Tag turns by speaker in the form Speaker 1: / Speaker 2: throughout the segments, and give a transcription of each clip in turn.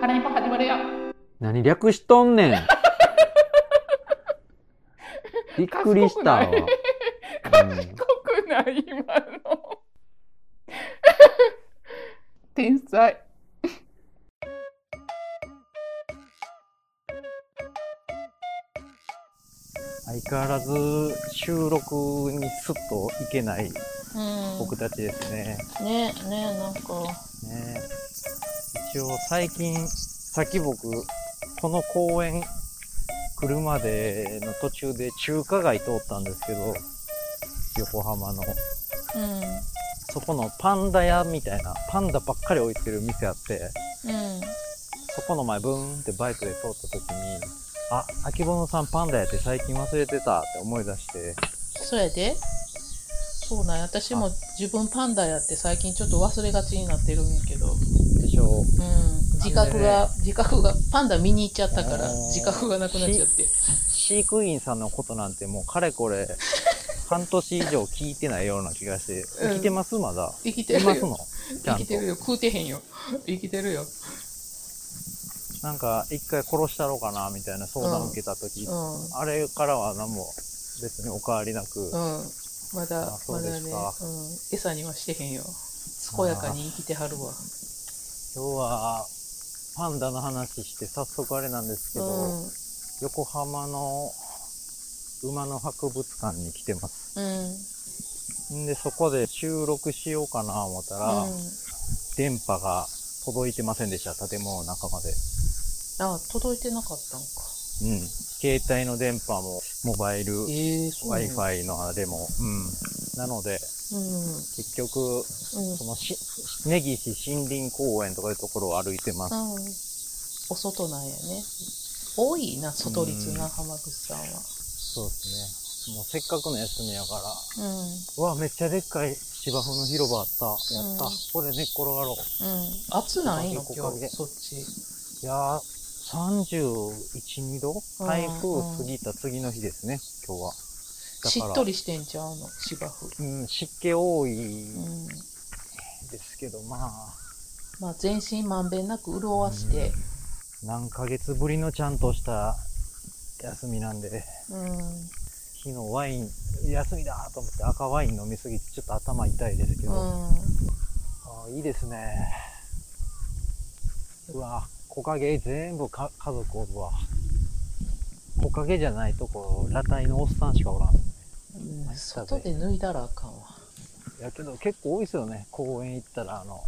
Speaker 1: ハラニパ始まるよ。
Speaker 2: 何略しとんねん。びっくりしたわ。
Speaker 1: 賢
Speaker 2: うん
Speaker 1: 賢くない今の。 天才。
Speaker 3: 相変わらず収録にすっといけない
Speaker 1: うん
Speaker 3: 僕たちですね。
Speaker 1: ねねなんか。
Speaker 3: ね一応最近、さっき僕、この公園来るまでの途中で中華街通ったんですけど、横浜の。
Speaker 1: うん
Speaker 3: そこのパンダ屋みたいな、パンダばっかり置いてる店あって、
Speaker 1: うん。
Speaker 3: そこの前ブーンってバイクで通った時に、あ、秋物さんパンダやって最近忘れてたって思い出して、
Speaker 1: そやで。そうなんや私も自分パンダやって最近ちょっと忘れがちになってるんやけど、うん、
Speaker 3: でしょ
Speaker 1: 自覚が自覚がパンダ見に行っちゃったから
Speaker 3: あー
Speaker 1: 自覚がなくなっちゃって
Speaker 3: 飼育員さんのことなんてもうかれ これ半年以上聞いてないような気がして
Speaker 1: うん
Speaker 3: 生きてますまだ
Speaker 1: 生きて
Speaker 3: い
Speaker 1: る
Speaker 3: ます
Speaker 1: よ
Speaker 3: のち
Speaker 1: 生
Speaker 3: ゃん
Speaker 1: き
Speaker 3: と
Speaker 1: てるよ食うてへんよ生きてるよ
Speaker 3: なんか一回殺したろうかなみたいな相談受けた時、
Speaker 1: うん
Speaker 3: あれからは何も別にお変わりなく、
Speaker 1: うんまだ
Speaker 3: あそ
Speaker 1: ま
Speaker 3: うで
Speaker 1: だ
Speaker 3: す
Speaker 1: ね、
Speaker 3: か
Speaker 1: うん、餌にはしてへんよ健やかに生きてはるわ
Speaker 3: 今日はパンダの話して早速あれなんですけ
Speaker 1: う
Speaker 3: ど、
Speaker 1: ん、うん、
Speaker 3: 横浜の馬の博物館に来てますんでそこで収録しようかな思ったら、
Speaker 1: うん
Speaker 3: 電波が届いてませんでした、建物の中まで。
Speaker 1: あ届いてなかったんか
Speaker 3: うん。携帯の電波も、モバイル、
Speaker 1: ええそうなんや
Speaker 3: Wi-Fi のあれも、うん。なので、
Speaker 1: う
Speaker 3: 結局、
Speaker 1: んうん
Speaker 3: そのし、根岸森林公園とかいうところを歩いてます。
Speaker 1: うん、お外なんやね多いな外率
Speaker 3: う
Speaker 1: なん浜口さんは
Speaker 3: そうですね。もうせっかくの休みやから、
Speaker 1: うん
Speaker 3: うわ、めっちゃでっかい芝生の広場あった。やった。
Speaker 1: うん
Speaker 3: これ寝っ転がろう。
Speaker 1: うん暑ないの
Speaker 3: ここ
Speaker 1: 今
Speaker 3: ここ
Speaker 1: 日
Speaker 3: で
Speaker 1: そっち
Speaker 3: いやー、31、2度
Speaker 1: うん
Speaker 3: 台風過ぎた次の日ですね、今日は。だ
Speaker 1: し
Speaker 3: から
Speaker 1: っとりしてんちゃうの芝生
Speaker 3: うん、湿気多い
Speaker 1: うん
Speaker 3: ですけど、まあ、
Speaker 1: まあ全身まんべんなく潤わして
Speaker 3: 何ヶ月ぶりのちゃんとした休みなんで、
Speaker 1: うん
Speaker 3: 昨日ワイン、休みだと思って赤ワイン飲みすぎてちょっと頭痛いですけど、あ
Speaker 1: う
Speaker 3: ーいいですね。うわ、木陰全部か家族おるわ。木陰じゃないとこ、裸体のおっさんしかおらん。
Speaker 1: ん、うん、外で脱いだらあかんわ
Speaker 3: やけど結構多いですよね、公園行ったら、あの、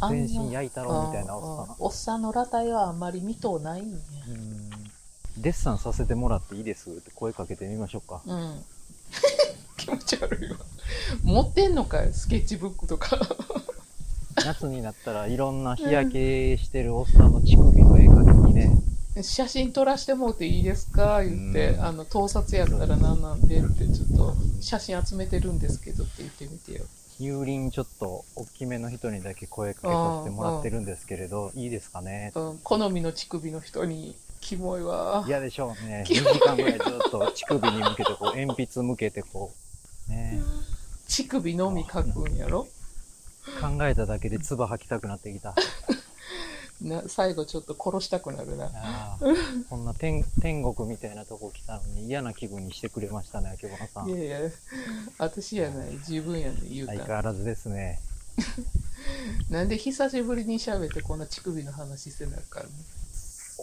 Speaker 1: あん
Speaker 3: 全
Speaker 1: な
Speaker 3: 身焼いたろみたいなおっ
Speaker 1: うん
Speaker 3: さ
Speaker 1: おっさんの裸体はあんまり見とうないんや
Speaker 3: ん。うんデッサンさせてもらっていいですって声かけてみましょうか。
Speaker 1: うん 気持ち悪いわ持ってんのかよスケッチブックとか
Speaker 3: 夏になったらいろんな日焼けしてるおっさんの乳首の絵描きにね、
Speaker 1: 写真撮らしてもうていいですか言って、
Speaker 3: うん
Speaker 1: あの盗撮やったらなんなんでってちょっと写真集めてるんですけどって言ってみてよ
Speaker 3: 乳輪ちょっと大きめの人にだけ声かけさせてもらってるんですけれど、いいですかね
Speaker 1: うん好みの乳首の人にキモいわ
Speaker 3: 嫌でしょう ね。2
Speaker 1: キモい
Speaker 3: 時間ぐらいずっと乳首に向けてこう、鉛筆向けてこう、ね、
Speaker 1: 乳首のみ書くんやろ
Speaker 3: 考えただけで唾吐きたくなってきた。
Speaker 1: な最後ちょっと殺したくなるな
Speaker 3: ああこんな天天国みたいなとこ来たのに嫌な気分にしてくれましたね、秋葉さ
Speaker 1: い
Speaker 3: ん。
Speaker 1: やいや私やない自分やね言うた
Speaker 3: 相
Speaker 1: ら
Speaker 3: 変わらずですね。
Speaker 1: なんで久しぶりに喋ってこんな乳首の話せなあかん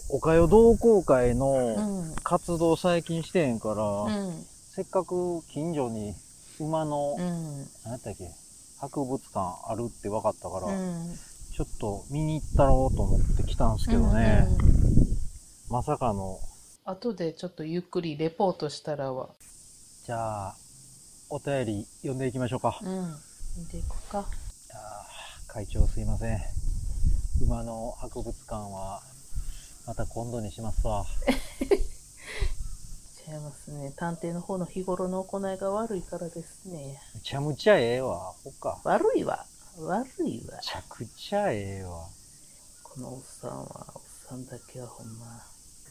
Speaker 3: おかよ同好会の
Speaker 1: の
Speaker 3: 活動最近してへんから、
Speaker 1: うん
Speaker 3: せっかく近所に馬の、
Speaker 1: うん
Speaker 3: 何やったっけ博物館あるって分かったから、
Speaker 1: うん
Speaker 3: ちょっと見に行ったろうと思って来たんですけどね、
Speaker 1: うん
Speaker 3: まさかの
Speaker 1: 後でちょっとゆっくりレポートしたらは
Speaker 3: じゃあお便り読んでいきましょうか、
Speaker 1: うん見ていこうか
Speaker 3: あー会長すいません馬の博物館はまた今度にしますわ
Speaker 1: 違いますね探偵の方の日頃の行いが悪いからですね
Speaker 3: むちゃむちゃええわほか
Speaker 1: 悪いわ悪いわ
Speaker 3: むちゃくちゃええわ
Speaker 1: このおっさんはおっさんだけはほんま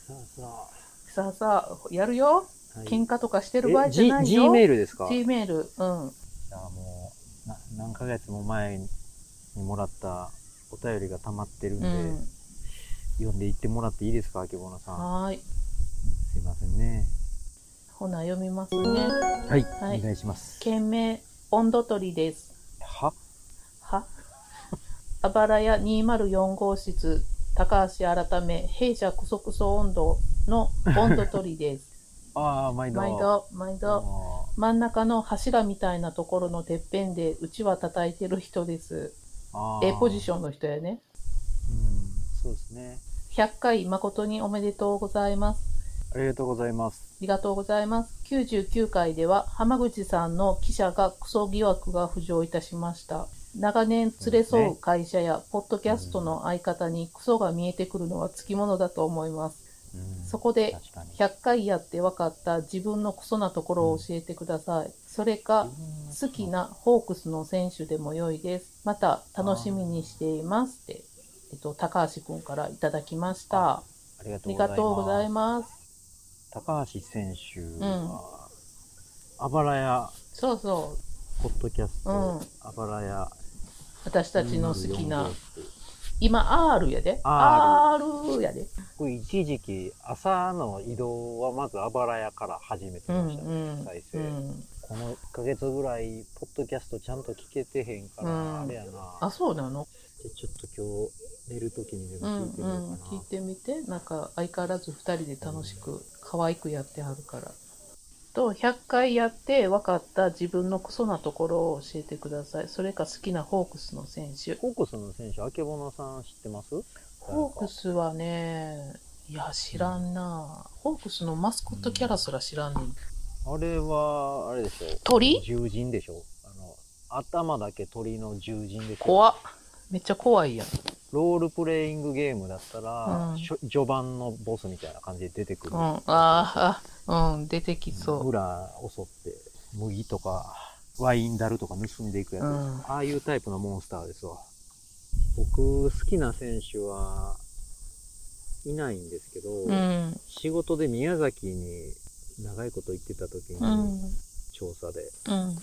Speaker 3: そうそ
Speaker 1: さあさあやるよ
Speaker 3: う、はい
Speaker 1: 喧嘩とかしてる場合じゃ
Speaker 3: え
Speaker 1: ない
Speaker 3: G,
Speaker 1: よ
Speaker 3: G メールですか
Speaker 1: G メールうん
Speaker 3: いやもうな何ヶ月も前にもらったお便りが溜まってるんで、
Speaker 1: うん
Speaker 3: 読んでいってもらっていいですか、あけぼのさん。
Speaker 1: はーい。
Speaker 3: すいませんね。
Speaker 1: ほな、読みますね。
Speaker 3: はい、
Speaker 1: はい
Speaker 3: お願いします。
Speaker 1: 件名、温度取りです。
Speaker 3: は
Speaker 1: は あばらや204号室、高橋改め、弊社クソクソ温度の温度取りです。
Speaker 3: ああ、 毎度。
Speaker 1: 毎。度、毎度。真ん中の柱みたいなところのてっぺんで、うちは叩いてる人です。
Speaker 3: あー
Speaker 1: A ポジシ
Speaker 3: ョン。
Speaker 1: ョンの人やね。
Speaker 3: うん、そうですね。
Speaker 1: 100回誠におめでとうございます。
Speaker 3: ありがとうございます。
Speaker 1: ありがとうございます。99回では浜口さんの記者がクソ疑惑が浮上いたしました。長年連れ添う会社やポッドキャストの相方にクソが見えてくるのはつきものだと思います。
Speaker 3: うん
Speaker 1: そこで
Speaker 3: 確かに。
Speaker 1: 100回やって分かった自分のクソなところを教えてください。それか好きなホークスの選手でも良いです。また楽しみにしていますって、えっと、高橋くんからいただきました。あ
Speaker 3: ありがとう
Speaker 1: り
Speaker 3: ござい
Speaker 1: が
Speaker 3: ます。
Speaker 1: とうございます。
Speaker 3: 高橋選手は、あばらや、
Speaker 1: そうそう。
Speaker 3: ポッドキャスト、
Speaker 1: うん
Speaker 3: あばらや、
Speaker 1: 私たちの好きな
Speaker 3: 204号室
Speaker 1: 今 R やで
Speaker 3: R
Speaker 1: R, やで
Speaker 3: 僕一時期朝の移動はまずあばらやから始め
Speaker 1: う
Speaker 3: て
Speaker 1: ん
Speaker 3: ましたね、
Speaker 1: うん
Speaker 3: 再生、
Speaker 1: うん
Speaker 3: この1ヶ月ぐらいポッドキャストちゃんと聞けてへんから、
Speaker 1: うん
Speaker 3: あれやな
Speaker 1: あそうなの
Speaker 3: でちょっと今日寝る時にで
Speaker 1: う
Speaker 3: も
Speaker 1: ん
Speaker 3: 聞いてみ
Speaker 1: う
Speaker 3: よ
Speaker 1: ん
Speaker 3: うかな、
Speaker 1: 聞いてみてなんか相変わらず2人で楽しく可愛くやってはるからと100回やって分かった自分のクソなところを教えてくださいそれか好きなホークスの選手
Speaker 3: ホークスの選手あけぼのさん知ってます
Speaker 1: ホークスはねいや知らんな、ホークスのマスコットキャラすら知らんねん、
Speaker 3: あれはあれでしょ
Speaker 1: 鳥
Speaker 3: 獣人でしょあの頭だけ鳥の獣人でしょ
Speaker 1: 怖っめっちゃ怖いやん
Speaker 3: ロールプレイングゲームだったら、
Speaker 1: うん
Speaker 3: しょ序盤のボスみたいな感じで出てくる
Speaker 1: うん、あーあ、うん、出てきそう。
Speaker 3: 村襲って麦とかワインダルとか盗んでいくやつ、
Speaker 1: うん
Speaker 3: ああいうタイプのモンスターですわ僕好きな選手はいないんですけど、
Speaker 1: うん、
Speaker 3: 仕事で宮崎に長いこと行ってた時
Speaker 1: う
Speaker 3: に
Speaker 1: ん、
Speaker 3: 調査で、
Speaker 1: うん。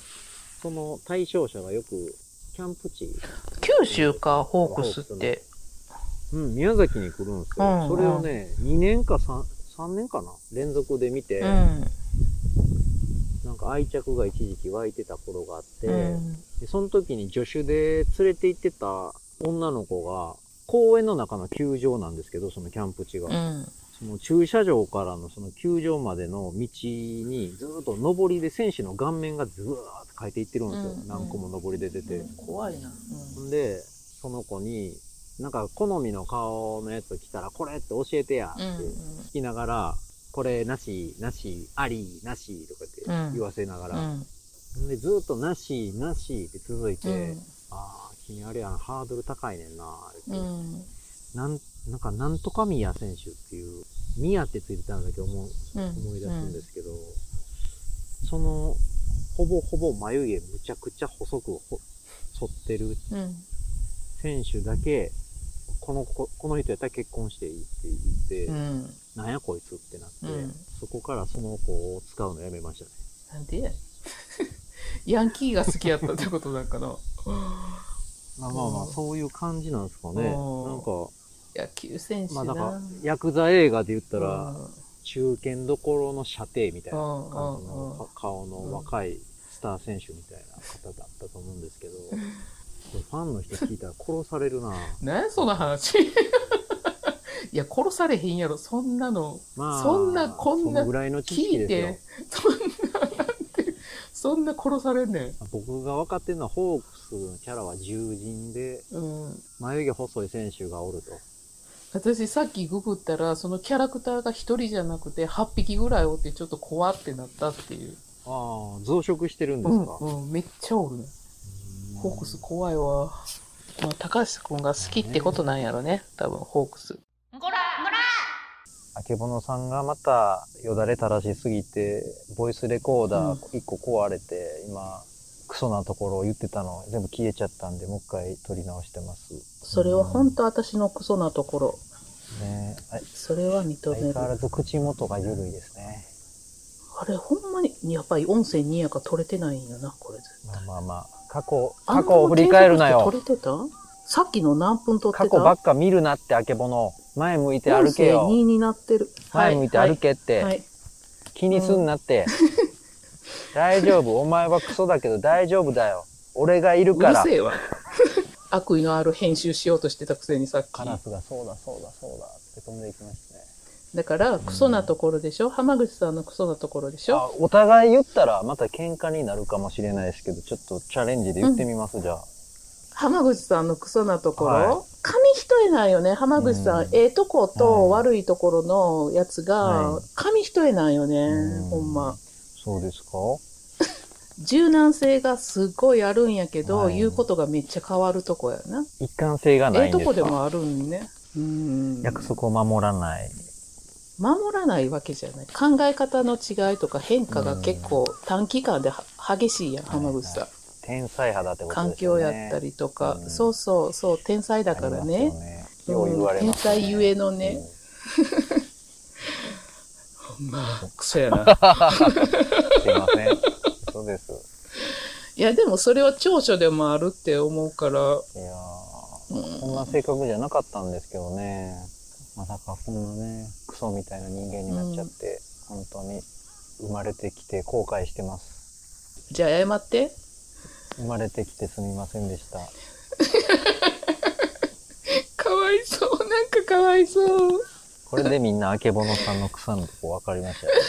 Speaker 3: その対象者がよくキャンプ地、
Speaker 1: 九州か、ホークスって。
Speaker 3: うん、宮崎に来るんですよ、
Speaker 1: うんうん
Speaker 3: それをね2年か 3, 3年かな連続で見て、
Speaker 1: うん。
Speaker 3: なんか愛着が一時期湧いてた頃があって、
Speaker 1: うん。
Speaker 3: で、その時に助手で連れて行ってた女の子が、公園の中の球場なんですけど、そのキャンプ地が。
Speaker 1: うん。
Speaker 3: その駐車場からのその球場までの道に、ずーっと上りで選手の顔面がずーっと変えていってるんですよ。
Speaker 1: うん
Speaker 3: 何個も上りで出て。
Speaker 1: 怖いな。
Speaker 3: ほんで、その子に、なんか好みの顔のやつ来たら、これって教えてや、って
Speaker 1: うん。
Speaker 3: 聞きながら、これなし、なし、あり、なし、とかって言わせなが
Speaker 1: う
Speaker 3: ら。
Speaker 1: ん。
Speaker 3: ほんで、ずーっとなし、なしって続いて、
Speaker 1: うん。
Speaker 3: ああ、君あれやな、ハードル高いねんな、
Speaker 1: う
Speaker 3: 言って
Speaker 1: ん。
Speaker 3: なん、なんか、なんとか宮選手っていう、宮ってついてたんだけど、思う
Speaker 1: うん。
Speaker 3: 思い出すんですけど、その、ほぼほぼ眉毛むちゃくちゃ細くほ剃ってる
Speaker 1: うん。
Speaker 3: 選手だけ、この子、この人やったら結婚していいって言って、
Speaker 1: うん。
Speaker 3: なんやこいつってなって、
Speaker 1: うん
Speaker 3: そこからその子を使うのやめましたね。
Speaker 1: なんでやヤンキーが好きやったってことなんかな。
Speaker 3: まあまあまあ、
Speaker 1: うん
Speaker 3: そういう感じなんですかね。なん
Speaker 1: うん
Speaker 3: か、
Speaker 1: 野球選手
Speaker 3: ま
Speaker 1: な。
Speaker 3: あ
Speaker 1: う
Speaker 3: だ
Speaker 1: ん
Speaker 3: から、ヤクザ映画で言ったら、
Speaker 1: うん
Speaker 3: 中堅どころの射程みたいな感じ
Speaker 1: うんうんうん
Speaker 3: のか顔の若いスター選手みたいな方だったと思うんですけど、これファンの人聞いたら殺される な
Speaker 1: 何やその話。いや、殺されへんやろ。そんなの。
Speaker 3: まあ、
Speaker 1: そんなこんな
Speaker 3: そのぐらいの知識
Speaker 1: 聞い
Speaker 3: ですよ
Speaker 1: て。、そんな、なんて、そんな殺されんねん。
Speaker 3: 僕が分かってるのは、ホークスのキャラは獣人で、
Speaker 1: うん、
Speaker 3: 眉毛細い選手がおると。
Speaker 1: 私さっきググったらそのキャラクターが1人じゃなくて8匹ぐらいおってちょっと怖ってなったっていう、
Speaker 3: ああ、増殖してるんで
Speaker 1: う
Speaker 3: す
Speaker 1: ん
Speaker 3: か。
Speaker 1: うん、めっちゃおるね
Speaker 3: うん
Speaker 1: ホークス怖いわ、まあ、高橋君が好きってことなんやろね多分ホークス
Speaker 3: あけぼのさんがまたよだれ垂らしすぎて、ボイスレコーダー一個壊れて、今、クソなところを言ってたの全部消えちゃったんで、もう一回撮り直してます。
Speaker 1: それは本当私のクソなところ
Speaker 3: ねえ、あ
Speaker 1: それは認
Speaker 3: 相
Speaker 1: め
Speaker 3: 変わ
Speaker 1: る
Speaker 3: らず口元が緩いですね。
Speaker 1: あれほんまにやっぱり音声にやか取れてないんやなこれ絶
Speaker 3: まあ
Speaker 1: 対
Speaker 3: まあまあ、過去、
Speaker 1: あんな
Speaker 3: 過
Speaker 1: の
Speaker 3: 去を振り返るな
Speaker 1: 継
Speaker 3: よ。
Speaker 1: 続して取れてたさっきの何分取って
Speaker 3: 過
Speaker 1: た
Speaker 3: 去ばっか見るなって、あけぼの。前向いて
Speaker 1: 音
Speaker 3: 歩
Speaker 1: 声
Speaker 3: けよ。
Speaker 1: 2になってる。
Speaker 3: 前向いて歩けっ
Speaker 1: はい。は
Speaker 3: て。
Speaker 1: い。
Speaker 3: 気にすんなって。大丈夫。お前はクソだけど大丈夫だよ。俺がいる
Speaker 1: う
Speaker 3: か
Speaker 1: る
Speaker 3: ら。
Speaker 1: せえわ。 悪意のある編集しようとしてたくせにさっき
Speaker 3: カ。ラスがそうだそうだそうだって飛んでいきましたね。
Speaker 1: だから、クソなところでしょ浜口さんのクソなところでしょ
Speaker 3: あお互い言ったらまた喧嘩になるかもしれないですけど、ちょっとチャレンジで言ってみます、じゃあ。
Speaker 1: 浜口さんのクソなところ、
Speaker 3: はい
Speaker 1: 紙一重なんよね。浜口さん、
Speaker 3: うん
Speaker 1: ええとこと
Speaker 3: はい
Speaker 1: 悪いところのやつ
Speaker 3: は
Speaker 1: が
Speaker 3: い、
Speaker 1: 紙一重なんよね。
Speaker 3: うん
Speaker 1: ほんま。
Speaker 3: そうですか
Speaker 1: 柔軟性がすごいあるんやけど、
Speaker 3: はい
Speaker 1: 言うことがめっちゃ変わるとこやな。
Speaker 3: 一貫性がな
Speaker 1: え
Speaker 3: い
Speaker 1: え
Speaker 3: ん
Speaker 1: と
Speaker 3: ですか
Speaker 1: こでもあるんね。うん。
Speaker 3: 約束を守らない。
Speaker 1: 守らないわけじゃない考え方の違いとか変化が結構短期間では激しいやん
Speaker 3: はい
Speaker 1: 浜口さん、
Speaker 3: 天才派だってこと
Speaker 1: 環
Speaker 3: ですよ
Speaker 1: 境
Speaker 3: ね。
Speaker 1: やったりとか、
Speaker 3: うん
Speaker 1: そうそうそう天才だから
Speaker 3: あり
Speaker 1: ね
Speaker 3: ますよねよう言われ
Speaker 1: うん天
Speaker 3: ます、ね
Speaker 1: 才ゆえのね、まあクソやな
Speaker 3: うんすいません。そうです。
Speaker 1: いやでもそれは長所でもあるって思うから、
Speaker 3: いや
Speaker 1: うん
Speaker 3: ー、こんな性格じゃなかったんですけどね。まさかこんなね、クソみたいな人間になっちゃって、本当に生まれてきて後悔してます。
Speaker 1: じゃあ謝って
Speaker 3: 生まれてきてすみませんでした。
Speaker 1: かわいそうなんかかわいそう
Speaker 3: これでみんなあけぼのさんの草のとこ分かりましたよね。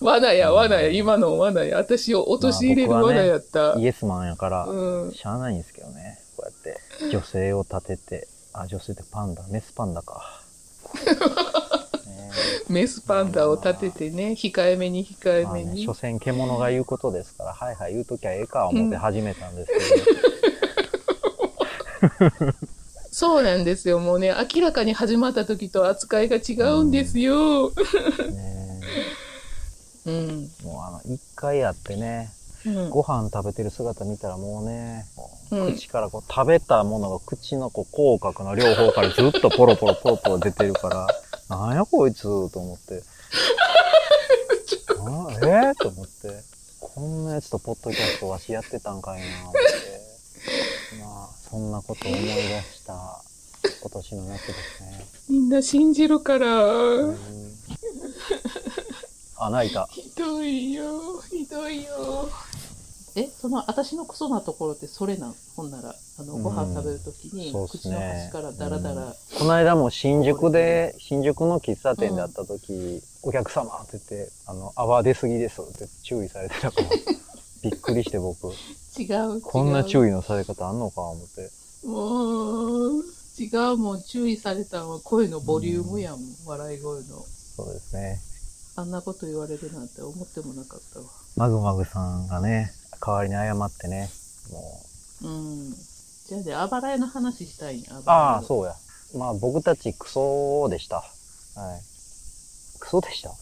Speaker 1: 罠や罠や今の罠や私を陥れる
Speaker 3: まあ僕はね
Speaker 1: 罠やった、
Speaker 3: イエスマンやから、
Speaker 1: うん
Speaker 3: しゃあないんですけどね。こうやって、女性を立てて、あ、女性ってパンダ、メスパンダか。ね
Speaker 1: メスパンダを立ててね控えめに控
Speaker 3: え
Speaker 1: え
Speaker 3: まあ
Speaker 1: め
Speaker 3: ね、
Speaker 1: に、
Speaker 3: 所詮獣が言うことですから、はいはい言うときゃええか思って始めたんですけど、
Speaker 1: そうなんですよ。もうね、明らかに始まった時と扱いが違うんですよ。
Speaker 3: ね
Speaker 1: うん。
Speaker 3: もうあの、一回やってね、
Speaker 1: うん。
Speaker 3: ご飯食べてる姿見たらもうね、
Speaker 1: うん
Speaker 3: 口からこう食べたものが口のこう口角の両方からずっとポロポロポロポロ出てるから、 なんやこいつと 思って。あえーと思って。こんなやつとポッドキャストわしやってたんかいなって。まあ、そんなこと思い出した今年の夏ですね。
Speaker 1: みんな信じるから。
Speaker 3: うんあ、泣いた。
Speaker 1: ひどいよ。ひどいよ。え、その、私のクソなところってそれなんほんなら、あの、
Speaker 3: うん
Speaker 1: ご飯食べるときに、
Speaker 3: そうっ
Speaker 1: 口
Speaker 3: す
Speaker 1: の
Speaker 3: ね
Speaker 1: 端からダラダラ。
Speaker 3: この間も新宿で、新宿の喫茶店で会った時、お客様って言って、あの、泡出すぎですって注意されてたから、びっくりして僕、
Speaker 1: 違う。違う
Speaker 3: こんな注意のされ方あんのか思って。
Speaker 1: もう、違うもん、注意されたんは声のボリュームやもん。笑い声の。
Speaker 3: そうですね。
Speaker 1: あんなこと言われるなんて思ってもなかったわ。
Speaker 3: マグマグさんがね、代わりに謝ってね、も
Speaker 1: うん。じゃあね、あばら屋の話したいん
Speaker 3: う、ああ、
Speaker 1: う。
Speaker 3: そうや。まあ僕たちクソでした。はい。クソでした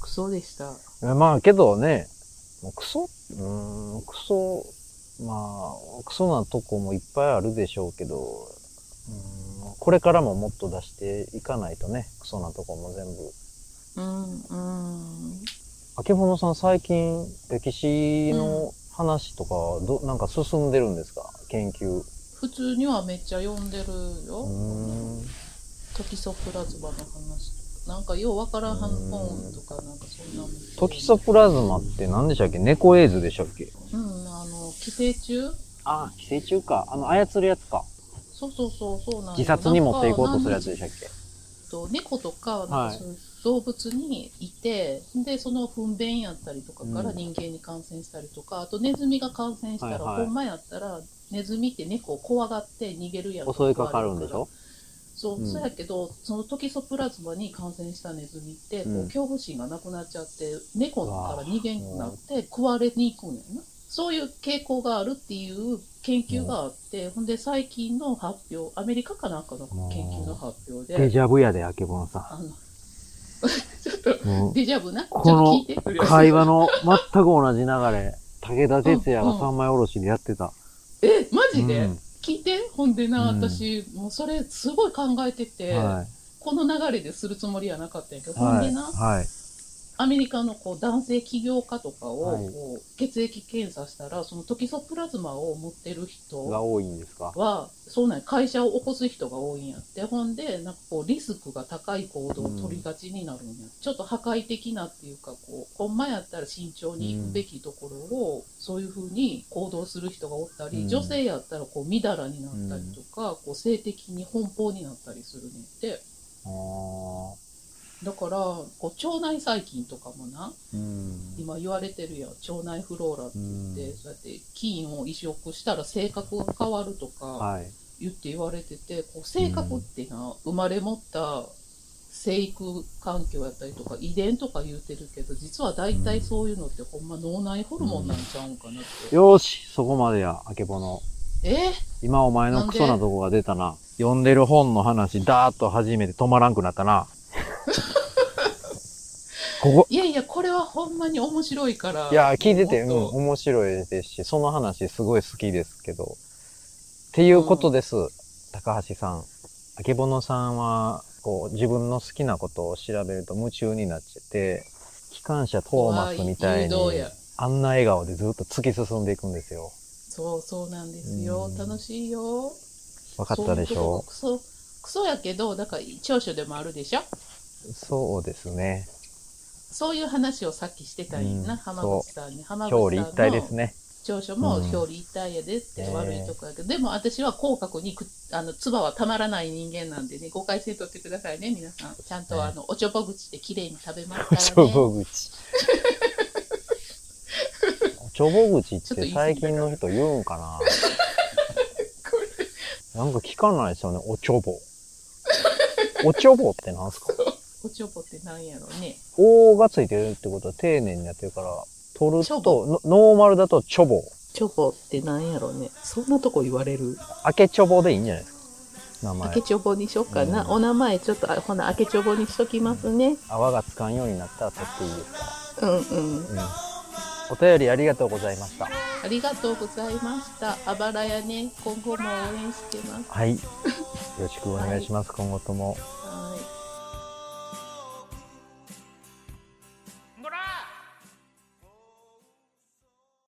Speaker 1: クソでした。
Speaker 3: えまあけどね、もうクソ、うーん、クソ、まあ、クソなとこもいっぱいあるでしょうけど、うーんこれからももっと出していかないとね、クソなとこも全部。
Speaker 1: うん、うん。
Speaker 3: あけぼのさん最近歴史の話とかど、なんか進んでるんですか研究。
Speaker 1: 普通にはめっちゃ読んでる
Speaker 3: う
Speaker 1: よ。
Speaker 3: ーん。
Speaker 1: トキソプラズマの話。なんかようわからん
Speaker 3: うん
Speaker 1: 本とか、なんかそんなもん。
Speaker 3: トキソプラズマって何でしたっけ猫エイズでしたっけ
Speaker 1: うん、あの、寄生虫
Speaker 3: あ、寄生虫か。あの、操るやつか。
Speaker 1: そうそうそう、そうなんよ
Speaker 3: 自殺に持っていこうとするやつ
Speaker 1: なんか
Speaker 3: でしたっけ
Speaker 1: なんか猫とか、なん
Speaker 3: は
Speaker 1: か
Speaker 3: い
Speaker 1: そういう動物にいて、で、その糞便やったりとかから
Speaker 3: うん
Speaker 1: 人間に感染したりとか、あとネズミが感染したら、
Speaker 3: はいはい
Speaker 1: ほんまやったら、ネズミって猫を怖がって逃げるやん
Speaker 3: 襲いかかるんでしょ
Speaker 1: そう、
Speaker 3: うん
Speaker 1: そうやけど、そのトキソプラズマに感染したネズミって、こう
Speaker 3: うん
Speaker 1: 恐怖心がなくなっちゃって、猫から逃げんくなって、食われに行くんやな。そういう傾向があるっていう研究があって、ほんで最近の発表、アメリカかなんかの研究の発表
Speaker 3: デ
Speaker 1: で、
Speaker 3: ジャブやで、あけぼのさん。
Speaker 1: あの、 ちょっと、
Speaker 3: もう
Speaker 1: デジャブな、ちょっ
Speaker 3: ことの
Speaker 1: 聞いてくれる。
Speaker 3: 会話の全く同じ流れ、武田鉄矢が三枚おろしでやってた。
Speaker 1: え、マ
Speaker 3: う
Speaker 1: ジ
Speaker 3: ん
Speaker 1: で、聞いてほんでな、
Speaker 3: うん
Speaker 1: 私、もうそれすごい考えてて、
Speaker 3: は
Speaker 1: この流れでするつもりはなかったんやけど、
Speaker 3: い。は
Speaker 1: ほん
Speaker 3: い。
Speaker 1: でな、
Speaker 3: はい。
Speaker 1: アメリカのこう男性起業家とかを
Speaker 3: はい
Speaker 1: こう血液検査したら、そのトキソプラズマを持ってる
Speaker 3: が
Speaker 1: 人
Speaker 3: 多いんですか
Speaker 1: は、そうなんや会社を起こす人が多いんやって、ほんで、なんかこう、リスクが高い行動を取りがちになるんや、ちょっと破壊的なっていうか、こう、ほんまやったら慎重に行くべきところを、そういうふうに行動する人がおったり、
Speaker 3: うん
Speaker 1: 女性やったらこう、みだらになったりとか、こう、性的に奔放になったりするねんって。
Speaker 3: あー
Speaker 1: だからこう腸内細菌とかもな
Speaker 3: うん
Speaker 1: 今言われてるやん腸内フローラって言って、
Speaker 3: うん
Speaker 1: そうやって菌を移植したら性格が変わるとか
Speaker 3: はい
Speaker 1: 言って言われてて、こう性格ってな、生まれ持った生育環境やったりとか遺伝とか言うてるけど実は大体そういうのってほんま脳内ホルモンなんちゃうんかなって、
Speaker 3: よーしそこまでやあけぼの
Speaker 1: え
Speaker 3: 今お前のクソなとこが出たな読んでる本の話ダーッと始めて止まらんくなっ たなここ
Speaker 1: いやいやこれはほんまに面白いから
Speaker 3: いや、聞いてて、うん、
Speaker 1: もっと
Speaker 3: 面白いですし、その話すごい好きですけど。っていうことです、高橋さん。あけぼのさんは、こう、自分の好きなことを調べると夢中になっちゃって、機関車トーマスみたいに
Speaker 1: 怖い誘導や、
Speaker 3: あんな笑顔でずっと突き進んでいくんですよ。
Speaker 1: そうそうなんですよ
Speaker 3: うん
Speaker 1: 楽しいよ
Speaker 3: わかったでしょ
Speaker 1: そういうことがクソ、クソやけど、だから長所でもあるでしょ
Speaker 3: うそうですね。
Speaker 1: そういう話をさっきしてたんや
Speaker 3: うん
Speaker 1: な、浜口さんに。浜
Speaker 3: 表裏
Speaker 1: 口
Speaker 3: 一
Speaker 1: さ
Speaker 3: 体
Speaker 1: ん
Speaker 3: です
Speaker 1: の
Speaker 3: ね。
Speaker 1: 長所も
Speaker 3: うん
Speaker 1: 表裏一体やでって
Speaker 3: ねえ
Speaker 1: 悪いとこやけど、でも私は口角にくあの唾はたまらない人間なんでね、誤解せんとってくださいね、皆さん。ちゃん
Speaker 3: ね
Speaker 1: とあのおちょぼ口で綺麗に食べます
Speaker 3: お
Speaker 1: か
Speaker 3: ち
Speaker 1: ら
Speaker 3: ょ
Speaker 1: ね。
Speaker 3: ぼ口。おちょぼ口っ
Speaker 1: ちょっと
Speaker 3: て
Speaker 1: 言い過
Speaker 3: 最
Speaker 1: ぎた
Speaker 3: 近の人言うんかな
Speaker 1: こ
Speaker 3: なんか聞かないですよね、おちょぼ。おちょぼってなんすか
Speaker 1: おちょぼってなんやろね。
Speaker 3: おがついてるってことは丁寧にやってるから、取る
Speaker 1: ちょぼ、
Speaker 3: とのノーマルだとちょぼ。
Speaker 1: ちょぼってなんやろね。そんなとこ言われる。
Speaker 3: 明けちょぼでいいんじゃないですか名
Speaker 1: あ
Speaker 3: 前
Speaker 1: け。ちょぼにしよっかな。
Speaker 3: うん
Speaker 1: お名前ちょっと、あほな、あけちょぼにしときますね。
Speaker 3: 泡がつかんようになったら取っていいですか
Speaker 1: うんうん。
Speaker 3: ら。うん。お便りありがとうございました。
Speaker 1: ありがとうございました。あばらやね、今後も応援してます。
Speaker 3: はい。よろしくお願いします、今後とも。